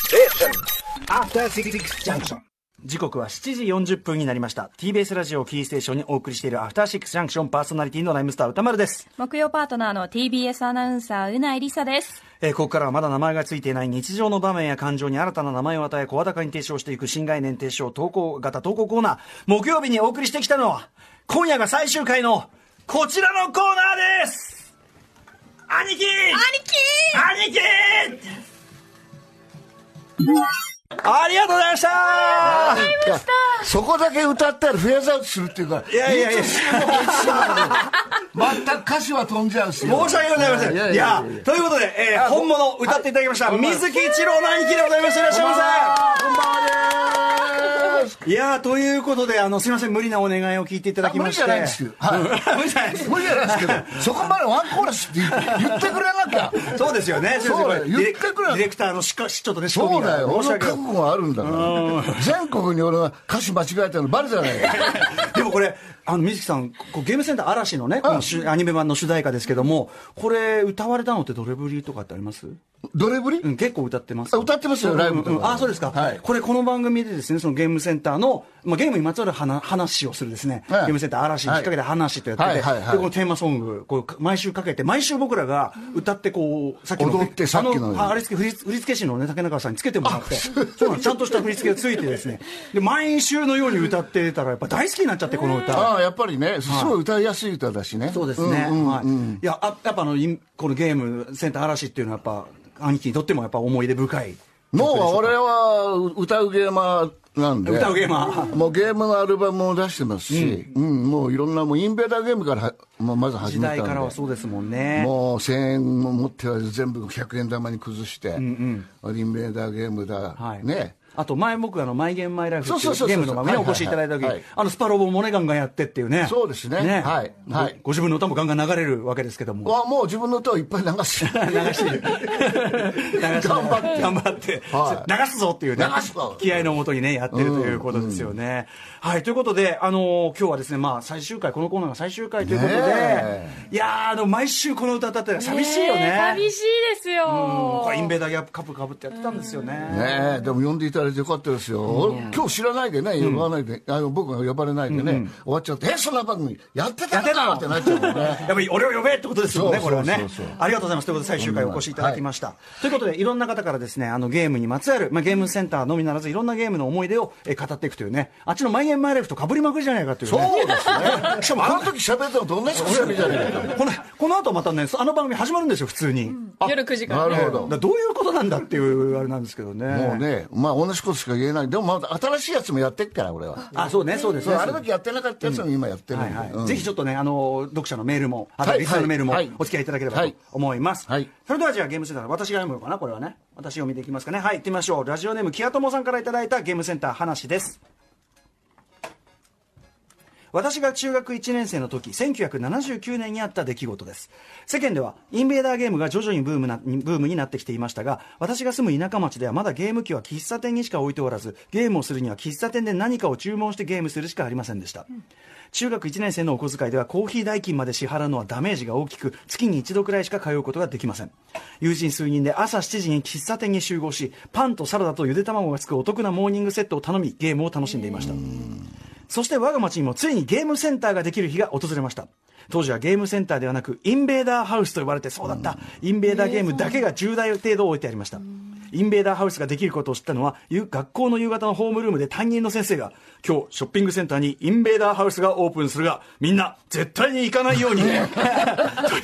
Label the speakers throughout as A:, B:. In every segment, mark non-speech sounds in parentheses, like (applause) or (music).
A: Station. After Six Junction.
B: 時刻は7時40分になりました TBS ラジオキーステーションにお送りしているアフターシックスジャンクションパーソナリティのライムスター歌丸です、
C: 木曜パートナーの TBS アナウンサーうないりさです
B: えーここからはまだ名前がついていない日常の場面や感情に新たな名前を与え声高に提唱していく新概念提唱投稿型投稿コーナー木曜日にお送りしてきたのは今夜が最終回のこちらのコーナーです兄貴兄貴ありがとうございました
D: そこだけ歌ったらフェーズアウトするっていうか、
B: いやいやいや
D: 全く歌詞は飛んじゃうし。
B: 申し訳ございません。いや、ということで、えー本物歌っていただきました、水木一郎の兄貴でございました。いらっしゃいませ。いやーということで、あの、すいません、無理なお願いを聞いていただきまし
D: 無理じ
B: て。
D: ゃないんですよ
B: (laughs) 無理じゃないです
D: 無理じゃないですけど、そこまでワンコーラスって言ってくれなきゃ。
B: そうですよね。
D: そうだよ
B: すいません
D: 言ってくれ
B: ディレクターのしか、しちょっとね、仕込
D: そ
B: み
D: う
B: が
D: だよ、
B: 申
D: 俺
B: し
D: の
B: 訳
D: 覚
B: ない。
D: 悟があるんだから。全国に俺は歌詞間違えたのバレじゃないか。
B: (laughs) でもこれ、あの、水木さん、こうゲームセンター嵐のね、この主アニメ版の主題歌ですけども、これ、歌われたのってどれぶりとかってあります
D: どれぶり
B: うん、結構歌ってます
D: あ歌ってますよライブとか
B: うんうんあそうですか、
D: はい
B: これこの番組でですねそのゲームセンターの、まあ、ゲームにまつわる話話をするですね、
D: はい
B: ゲームセンター嵐に引っ掛けて話とやってて、
D: はいはいはいはい
B: でこのテーマソングこうか毎週かけて毎週僕らが歌ってこうさっきの
D: 踊ってさっきの
B: あああれ付け振り振り付け師のね竹中さんにつけて
D: (laughs)
B: もらってそうなんですちゃんとした振り付けがついてですねで毎週のように歌ってたらやっぱ大好きになっちゃってこの歌
D: ああ、やっぱりね、すごい歌いやすい歌だしね。
B: そうですね、
D: んうん
B: はい、いやあやっぱあのいこのゲームセンター嵐っていうのはやっぱ兄貴にとってもやっぱ思い出深い
D: もう俺は歌うゲーマーなんで。
B: 歌うゲーマー
D: もうゲームのアルバムも出してますし、うん、もういろんな、もうインベーダーゲームからは、もうまず始
B: 時
D: めたんで。
B: 代からはそうですもんね
D: もう1000円も持っては全部100円玉に崩して、インベーダーゲームだ、
B: はい
D: ね
B: あと前僕あの「マイ・ゲーム・マイ・ライフ」ってい
D: そうそうそう
B: う
D: そう
B: ゲームの番組に
D: はい
B: お
D: はいはい
B: 越しいただいた時
D: はい
B: あのスパロボもねガンガンやってっていうね
D: そうですねはいはい
B: ご自分の歌もガンガン流れるわけですけ
D: (laughs)
B: ども
D: わもう自分の歌をいっぱい流す流
B: (laughs) 流してる流して
D: 頑張って
B: 頑張って、
D: は
B: 流すぞっていうね
D: 流すぞ
B: 気合のもとにねやってるということですよね、はいということであのー今日はですねまあ最終回このコーナーが最終回ということで、
D: ねえ
B: いやーあの毎週この歌歌ってたら寂しいよね
C: え寂しいですよ
B: うんこれインベーダーギャップカップかぶってやってたんですよね
D: ねえでも呼んでいただいてよかったですよ、俺今日知らないでね呼ばないで、あの僕が呼ばれないでね、終わっちゃってえそんな番組やってたのかってなっちゃうもんね
B: やっぱり俺を呼べってことですもんね、
D: そう
B: これ
D: そ
B: は
D: うそうそう
B: ね。ありがとうございます。ということで、最終回お越しいただきました。ということで、いろんな方からですね、あのゲームにまつわる、まあ、ゲームセンターのみならず、いろんなゲームの思い出をえー語っていくというね、あっちのマイゲームマイライフと被りまくりじゃないかというね。
D: そうですねしかもあの時喋ったのと同じこと喋るじゃねえ
B: (laughs)
D: か
B: このこの後またね、そあの番組始まるんですよ、普通に。
C: 夜9時から
D: なる
C: ね
D: ほ
B: だ
D: ど
B: からどういうことなんだっていうあれなんですけどね。
D: もうねまあ同じことしか言えないでもまだ新しいやつもやってっから俺は
B: あ、そうね、そうです
D: そう
B: ね。
D: あれだけやってなかったやつも今やってるん
B: は
D: で、
B: いはい
D: うん
B: ぜひちょっとね、あの読者のメールも、あと
D: はい
B: リスナーのメールも
D: はい
B: お付き合いいただければ
D: は
B: と
D: い
B: 思います。
D: はい
B: それではじゃあゲームセンターの私が読むのかな、これはね。私読みでいきますかね。はい、行ってみましょう。ラジオネーム、キヤトモさんからいただいたゲームセンター話です。私が中学1年生の時1979年にあった出来事です世間ではインベーダーゲームが徐々にブームなブームになってきていましたが私が住む田舎町ではまだゲーム機は喫茶店にしか置いておらずゲームをするには喫茶店で何かを注文してゲームするしかありませんでした、中学1年生のお小遣いではコーヒー代金まで支払うのはダメージが大きく月に1度くらいしか通うことができません友人数人で朝7時に喫茶店に集合しパンとサラダとゆで卵がつくお得なモーニングセットを頼みゲームを楽しんでいました、そして我が町にもついにゲームセンターができる日が訪れました。当時はゲームセンターではなく、インベーダーハウスと呼ばれてそうだった。インベーダーゲームだけが10台程度置いてありました。インベーダーハウスができることを知ったのは、ゆ学校の夕方のホームルームで担任の先生が、今日ショッピングセンターにインベーダーハウスがオープンするが、みんな絶対に行かないように、という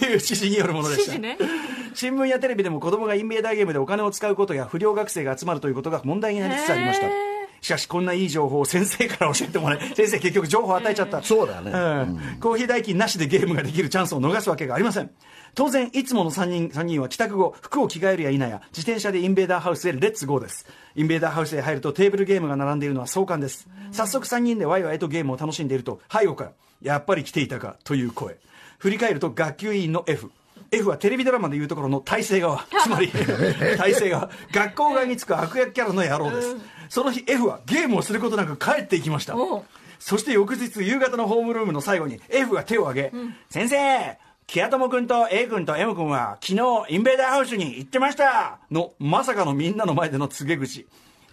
B: 指示によるものでした。
C: 指示ね
B: 新聞やテレビでも子供がインベーダーゲームでお金を使うことや不良学生が集まるということが問題になりつつありました
C: へー
B: しかしこんないい情報を先生から教えてもらい先生結局情報を与えちゃった、
D: そうだね
B: うんコーヒー代金なしでゲームができるチャンスを逃すわけがありません当然いつもの3人 ,3 人は帰宅後服を着替えるや否や自転車でインベーダーハウスへレッツゴーですインベーダーハウスへ入るとテーブルゲームが並んでいるのは壮観です早速3人でワイワイとゲームを楽しんでいると背後から「やっぱり来ていたか」という声振り返ると学級委員の F F はテレビドラマでいうところの体制
C: (laughs)
B: 側つまり体制側学校側につく悪役キャラの野郎ですその日 F はゲームをすることなく帰っていきました
C: おう
B: そして翌日夕方のホームルームの最後に F が手を挙げ「先生キアトモ君と A 君と M 君は昨日インベーダーハウスに行ってましたのまさかのみんなの前での告げ口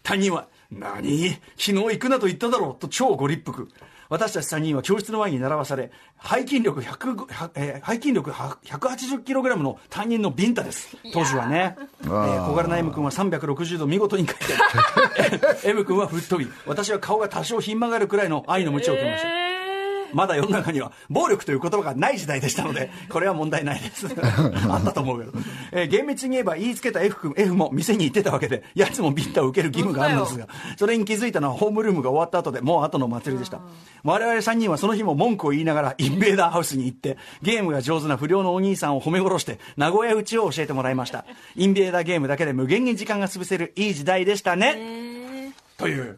B: 他人は何昨日行くなと言っただろうと超ご立腹私たち3人は教室の前に並ばされ背筋力100、えー背筋力1 8 0ラムの担任のビンタです当時はね、えー小柄な M 君は360度見事に回転 M 君は吹っ飛び私は顔が多少ひん曲がるくらいの愛の鞭を受けました、まだ世の中には暴力という言葉がない時代でしたので、これは問題ないです。あったと思うけど。えー厳密に言えば言いつけた F 君、F も店に行ってたわけで、奴もビンタを受ける義務があるのですが、それに気づいたのはホームルームが終わった後で、もう後の祭りでした。我々3人はその日も文句を言いながらインベーダーハウスに行って、ゲームが上手な不良のお兄さんを褒め殺して、名古屋うちを教えてもらいました。インベーダーゲームだけで無限に時間が潰せるいい時代でしたね。という。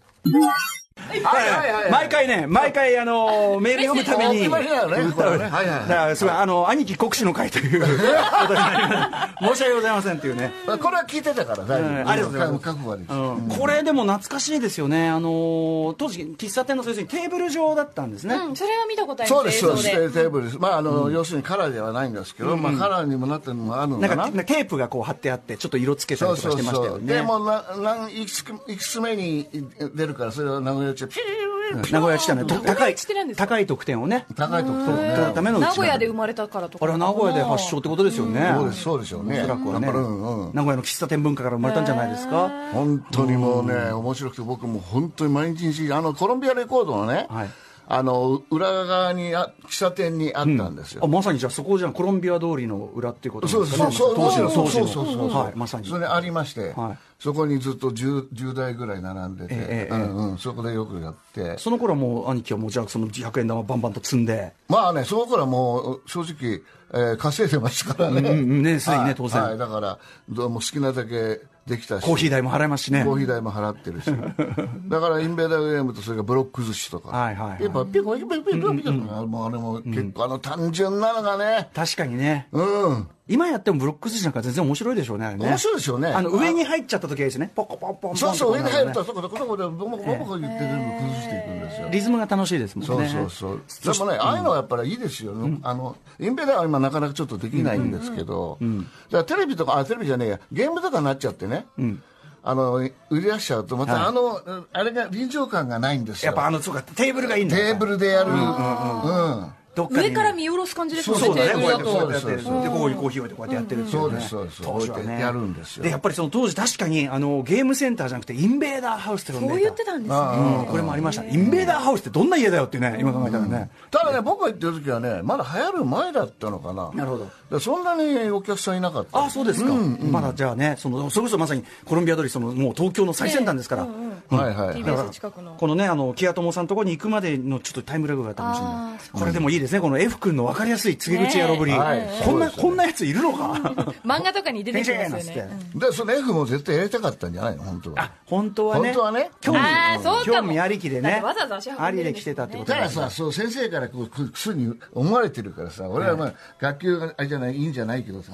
B: 毎回ね、毎回、あのーメール読むた
D: (laughs)
B: めに、
D: 決まりだよね、これはね。はいはい
B: だからすごい、あの、兄貴国士の会ということになりま
D: (laughs)
B: す申し訳ございませんっていうね。
D: はい。これは聞いてたから大
B: うん
D: 丈夫。
B: ありがとうございます
D: 覚悟はでき
B: う
D: る
B: んこれでも懐かしいですよね、あのー当時、喫茶店の先生にテーブル上だったんですね、
E: うん、それは見たことあり
D: そ
E: ま
D: うですす、
E: 映
D: そう
E: 像
D: です。テ
E: で。
D: ーブルです。まあ、あの、要するにカラーではないんですけど、まあ、カラーにもなってるのもあるの
B: な
D: か
B: んか
D: な。
B: テープがこう貼ってあって、ちょっと色つけた
D: そ
B: り
D: う
B: とか
D: そ
B: し
D: う
B: てました
D: そ
B: よ
D: う。
B: ね、
D: でも、な、なん、いくつ、いくつ目に出るから、それは名古屋中、ピュー
B: 名古屋来たね、と
E: 名古
B: 高
E: 屋
B: い
E: 来てるんですか
B: 高い得点をね、
D: 高いところ
B: 取るための打ち
E: 名
B: 方
E: 古屋で生まれたからと
B: あ
E: か。
B: れは名古屋で発祥ってことですよね、
D: そうです、そうでしょうね。
B: おそらくはね、
D: やっぱりうんうん。
B: 名古屋の喫茶店文化から生まれたんじゃないですか。
D: 本当にもうね、面白くて、僕も本当に毎日、あの、コロンビアレコードのね
B: はい、
D: あの、裏側にあ、喫茶店にあったんですよ
B: あ。まさにじゃあそこじゃんコロンビア通りの裏っていうことなん
D: そう
B: です
D: そ
B: か
D: う
B: ね
D: そう
B: 当時の
D: そ
B: 当
D: う
B: 時
D: そ
B: の
D: うそうそう
B: はいまさに
D: それありまして、
B: はい
D: そこにずっと 10, 10代ぐらい並んでて、
B: ええええ
D: うんうん、そこでよくやって
B: その頃はもう兄貴はもうじゃあその100円玉バンバンと積んで
D: まあねその頃はもう正直、えー稼いでましたからね、
B: うんうんねすでにね
D: はい
B: 当然
D: はいだからどうも好きなだけできたし
B: コーヒー代も払いますしね
D: コーヒー代も払ってるしだからインベーダーゲームとそれからブロック寿司と
B: (laughs)
D: か、
B: はいはいはい
D: やっぱピコピコピコピコピコ、もうあれも結構あの単純なのがね
B: 確かにね
D: うん
B: 今やってもブロック寿司なんか全然面白いでしょうねあれね
D: 面白いですよね
B: あの上に入っちゃった時はですねポコポンポンポン
D: そうそう、
B: と
D: 上
B: か
D: に
B: ね
D: 入ると、そこで、ここで、ボコボコボコボコ言ってるのを崩していくんですよ。
B: リズムが楽しいですもんね
D: そうそうそう。でもね、ああいうのはやっぱりいいですよ。あの、インベーダーは今なかなかちょっとできないんですけど、だからテレビとか、あ、テレビじゃねえや、ゲームとかになっちゃってね、あの、売り出しちゃうと、またあの、あれが臨場感がないんです
B: や
D: よ。
B: っぱあのそうかテーブルがいいんだ
D: テーブ
B: ル
D: ルでやる。うん。
B: どっかに
E: 上から見下ろす感じですもんね、
B: そうだ
E: テ
B: ね
E: ー
B: こ
E: ブ
B: う
E: ル
B: やっ
E: だ
B: て
E: と。
D: そ
B: こうやってやって
D: う
B: でこういうコーヒー置いてこうやってやってるってい
D: そうですそうです
B: 当時は
D: 置い
B: ね
D: てやるんですよ
B: でやっぱりその当時確かにあのゲームセンターじゃなくてインベーダーハウスって呼んでい
E: こう
B: た
E: 言ってたんですね。
B: うんこれもありましたねインベーダーハウスってどんな家だよってね今考えたらね、
D: ただね、僕が行ってる時はね、まだ流行る前だったのかな。
B: なるほど
D: ど。そんなにお客さんいなかった。
B: ああそうですか、まだじゃあねそのそれこそまさにコロンビア通りそのもう東京の最先端ですから、
D: はいはい。
E: TBS 近くの。
B: このねあの木屋友さんのところに行くまでのちょっとタイムラグがあったかもしれ
E: あ
B: ないこれでもいいですねこの F 君の分かりやすい告げ口やろぶり、
D: ねえはい
B: こんな、
D: そうですね
B: こんなやついるの (laughs) か
E: 漫画とかに出て
B: 編
E: き
B: 集
E: ま
B: や
E: す
B: な
E: よ
B: んつって、
E: ね。
D: でその F も絶対やりたかったんじゃないの本当は
B: あ本当はね
D: 本当はね
B: 興味
E: あーそうかも
B: 興味ありきで
E: だっ
B: ね
E: てわざわざ足運んでる
B: あ
E: んですも
B: り
E: んね
B: で来てたってこと
D: た
B: だ
D: ださそう先生からこうくくすに思われてるからさ俺はまあ学級があれじゃないいいんじゃないけどさ、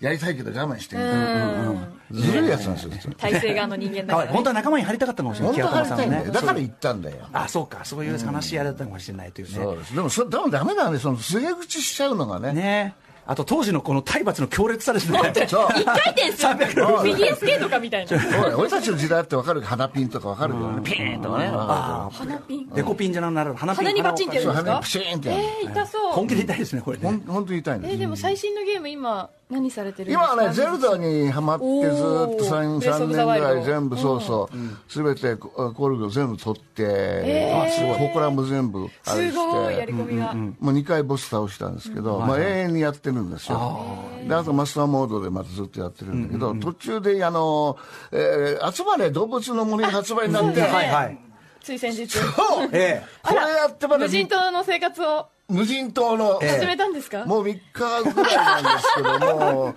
D: やりたいけど我慢してみたいなずるいやつなんですよ実は
E: 体制側の人間だ
B: か
E: か
B: わ
E: ら、
B: いい
E: ね。
B: 本 (laughs) 当は仲間に入りたかったかもしれない
D: 本
B: 木
D: 当
B: 屋
D: はや
B: 友
D: りた
B: さんはい
D: んだよ
B: ね
D: だから行ったんだよ
B: あそうかそういう悲しいあれだったのかもしれないというね、
D: そうですでもそでもダメだねそのすげ口しちゃうのがね
B: ねあと当時のこの体罰の強烈さですね。
D: そう
E: 一回転する
B: 360
E: フィギュアスケートかみたいな。
D: おい俺たちの時代ってわかる鼻ピンとかわかるよねピーンとかね
B: (laughs) あー
E: 花ピン。
B: デコピンじゃなくて鼻ピン
E: 鼻にバチンってやるん
D: そう
E: です
D: 鼻
E: か
D: にプシーンって
E: え
D: やる
E: ー、痛そ
B: 本
E: う。
B: 気で痛いですね、これ
D: ほん
B: ね。
D: 本当に痛い
E: え
D: ん
E: ー、
D: です
E: でも最新のゲーム今、何されてるんです
D: 今
E: か
D: はね、ゼルダにハマってず
E: おー
D: ーっと 3,
E: ブレスオ
D: 3
E: ブ
D: 年ぐ
E: ザワイルド
D: らい全部そうそう、すべてココルグを全部取って、
E: ー
D: すごい。祠も全部あれ
E: すごい、や
D: し
E: り、
D: て
E: 込みが。
D: もう2回ボス倒したんですけど、まあ、永遠にやってるんですよ。で、あとマスターモードでまたずっとやってるんだけど、途中で、あの、えー集まれ動物の森が発売になって、
B: はいはい。
E: つい先日。
D: そう
B: え
D: これやってまだ
E: 無人島の生活を
D: 無人島の、
E: 始めたんですか、
D: もう3日ぐらいなんですけども、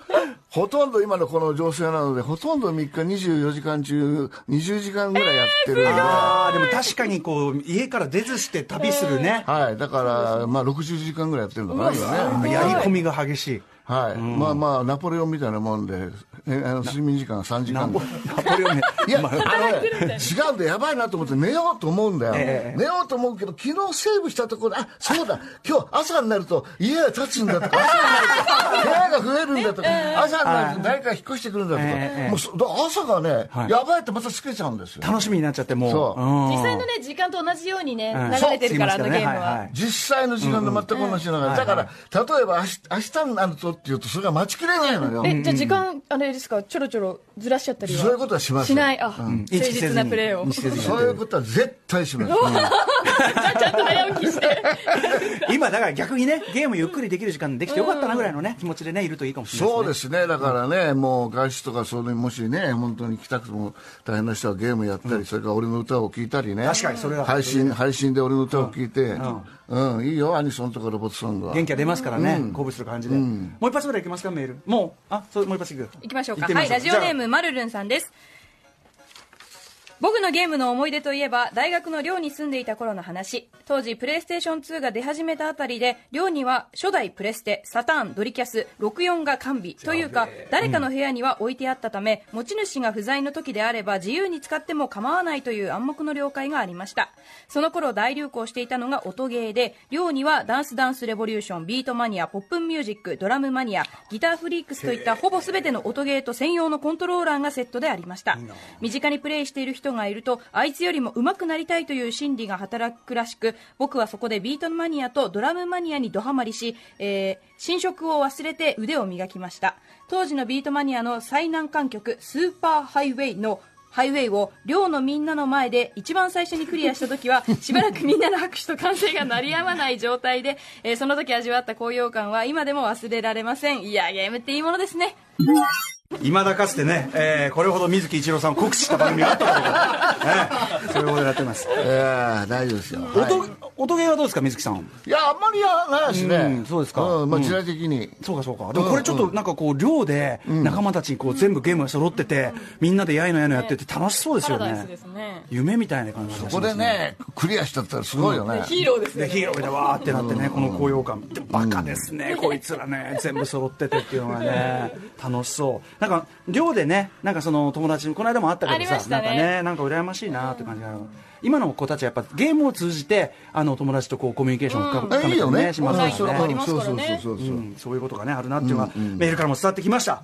D: ほとんど今のこの情勢なので、ほとんど3日24時間中、20時間ぐらいやってるんで、
B: え。ああ、でも確かにこう、家から出ずして旅するね。
D: はい、だから、まあ60時間ぐらいやってるのかな、今ね。
B: やり込みが激しい。
D: はい、まあまあ、ナポレオンみたいなもんで、えあの睡眠時間が3時
B: ナ
D: 間
B: ポナポレオンね
D: いや、あのね、違うんだよ、やばいなと思って寝ようと思うんだよ、
B: ええ
D: 寝ようと思うけど、昨日セーブしたところで、あそうだ、今日朝になると家が建つんだとか、朝になると部屋が増えるんだとか、朝になると誰か引っ越してくるんだとか、
B: ええ
D: もうそだから朝がね、
B: はい
D: やばいってまたつけちゃうんですよ。
B: 楽しみになっちゃってもう
D: そう
B: うん
E: 実際のね、時間と同じようにね、
B: ん
E: 流れてるから、あ
B: そう
E: の
B: 聞き
E: ゲーム
B: ましたねはいは。
E: はい
D: 実際の時間で全く同じながら、だから、例えば明日明日になるとっていうと、それが待ちきれないのよ。
E: え、じゃあ時間、あれですか、ちょろちょろずらしちゃったりは
D: そういうことはします
E: しない。あ、誠
B: 意識せ
E: 実
B: ず
E: な
B: に
E: プレーを。
B: 意
E: ち
B: 識せずに
D: そういうことは絶対します。
E: ゃんと早起きして。
B: 今だから逆にねゲームゆっくりできる時間できてよかったなぐらいのね気持ちでねいるといいかもしれない
D: そうですすね、だからね、もう外出とか、それもしね、本当に来たくても大変な人はゲームやったり、それから俺の歌を聴いたりね、
B: 確かにそれは
D: 配信配信で俺の歌を聴いて、うん、いいよ、アニソンとかロボットソングは。
B: 元気が出ますからね鼓舞する感じでもう一発ぐらいいきますかメールもうあそうもう一発いく
C: いきましょう
B: 行っ
C: か
B: てみ
C: はいラジオネー
B: じゃ
C: ムまるるんさんです僕のゲームの思い出といえば大学の寮に住んでいた頃の話当時プレイステーション2が出始めたあたりで寮には初代プレステサターンドリキャス64が完備というか誰かの部屋には置いてあったため、持ち主が不在の時であれば自由に使っても構わないという暗黙の了解がありましたその頃大流行していたのが音ゲーで寮にはダンスダンスレボリューションビートマニアポップンミュージックドラムマニアギターフリークスといったほぼ全ての音ゲーと専用のコントローラーがセットでありました身近にプレイしている人がいるとあいつよりも上手くなりたいという心理が働くらしく僕はそこでビートマニアとドラムマニアにドハマりし、えー新色を忘れて腕を磨きました当時のビートマニアの最難関曲「スーパーハイウェイ」のハイウェイを寮のみんなの前で一番最初にクリアした時はしばらくみんなの拍手と歓声が鳴りやまない状態で、えーその時味わった高揚感は今でも忘れられませんいやゲームっていいものですね
B: いまだかつてねえーこれほど水木一郎さんを酷使した番組があったことがええそういうことになってます
D: えー大丈夫ですよ。はい
B: 音音ゲーはどうですか水木さん
D: いや、あんまりやないですね。
B: うんそうですか
D: んまあ、
B: うん
D: 時代的に。
B: そうかそうかでもこれちょっとなんかこう寮で仲間たちにこう全部ゲームが揃っててみんなでやいのやいのやってて楽しそうです
E: パ
B: よ
E: ラダイスで
B: ね
E: すね。
B: (laughs) 夢みたいな感じがし
D: こ
B: ます
D: こでね、クリアしちゃったらすごいよね。
E: ヒーローです
B: で
E: ね。
B: ヒーローでわーってなってね、この高揚感でバカですね、こいつらね全部揃っててっていうのがね楽しそうなんか寮でねなんかその友達にこの間もあったけど
E: あり
B: さ、
E: まし
B: な
E: た
B: ん
E: ね
B: かねなんか羨ましいなって感じが、今の子たちはやっぱゲームを通じてあの友達とこうコミュニケーションを深め
D: え
B: 深
D: い
B: め
D: いよ
B: て
D: ね。
B: ねします
D: そ
B: か
D: う
B: ら
D: そ
E: あ
D: う
E: り
B: ね
E: ます
D: そ
E: から
D: うそう
E: ね
D: そうそううん
B: そういうことがねあるなっていうのがメールからも伝わってきました、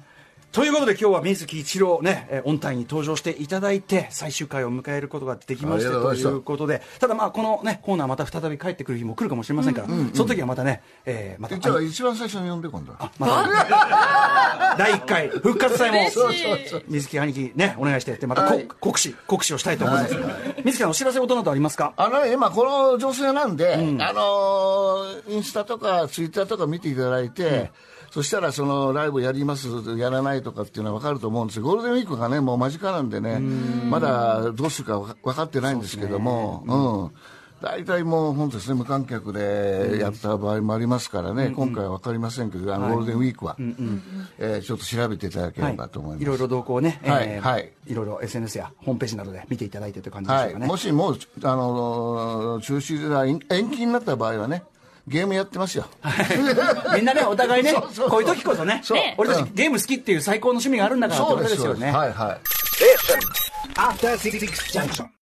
B: ということで今日は水木一郎ね、えー、音体に登場していただいて最終回を迎えることができました
D: ありがとうご
B: と
D: ざい
B: い
D: ました
B: うことでただまあこのねコーナーまた再び帰ってくる日も来るかもしれませんから、その時はまたね、えーまた
D: 一応、一番最初に呼んで、今度は。
B: また第1回復活祭も
E: 嬉しいそうそう
B: 水木兄貴ねお願いしてでまたこ、
D: はい
B: 国士国士をしたいと思います、水木さんお知らせ事などありますか
D: あのね今、この女性なんで、あのーインスタとかツイッターとか見ていただいて、そしたらそのライブやります、やらないとかっていうのは分かると思うんですけど、ゴールデンウィークがね、もう間近なんでね、まだどうするかわ分かってないんですけども、うん大体もう本当ですね、無観客でやった場合もありますからね、今回は分かりませんけど、あのゴールデンウィークは、えーちょっと調べていただければと思います。
B: ろいろ動向をね、
D: はい
B: えー
D: はい
B: いろいろ SNS やホームページなどで見ていただいてという感じでしょ
D: は
B: う
D: い、
B: かね、
D: もしもう、あのー中止が延延期になった場合はね、ゲームやってますよ。 (laughs)
B: (laughs) みんなね、お互いね、
D: そうそう
B: こういう時こそね
D: そうね、
B: 俺たちゲーム好きっていう最高の趣味があるんだからって
D: そ
B: こ
D: う
B: と
D: で
B: ですす
D: よ
B: よ
D: ね。
B: ね。
D: はいはい。
A: After City Junction.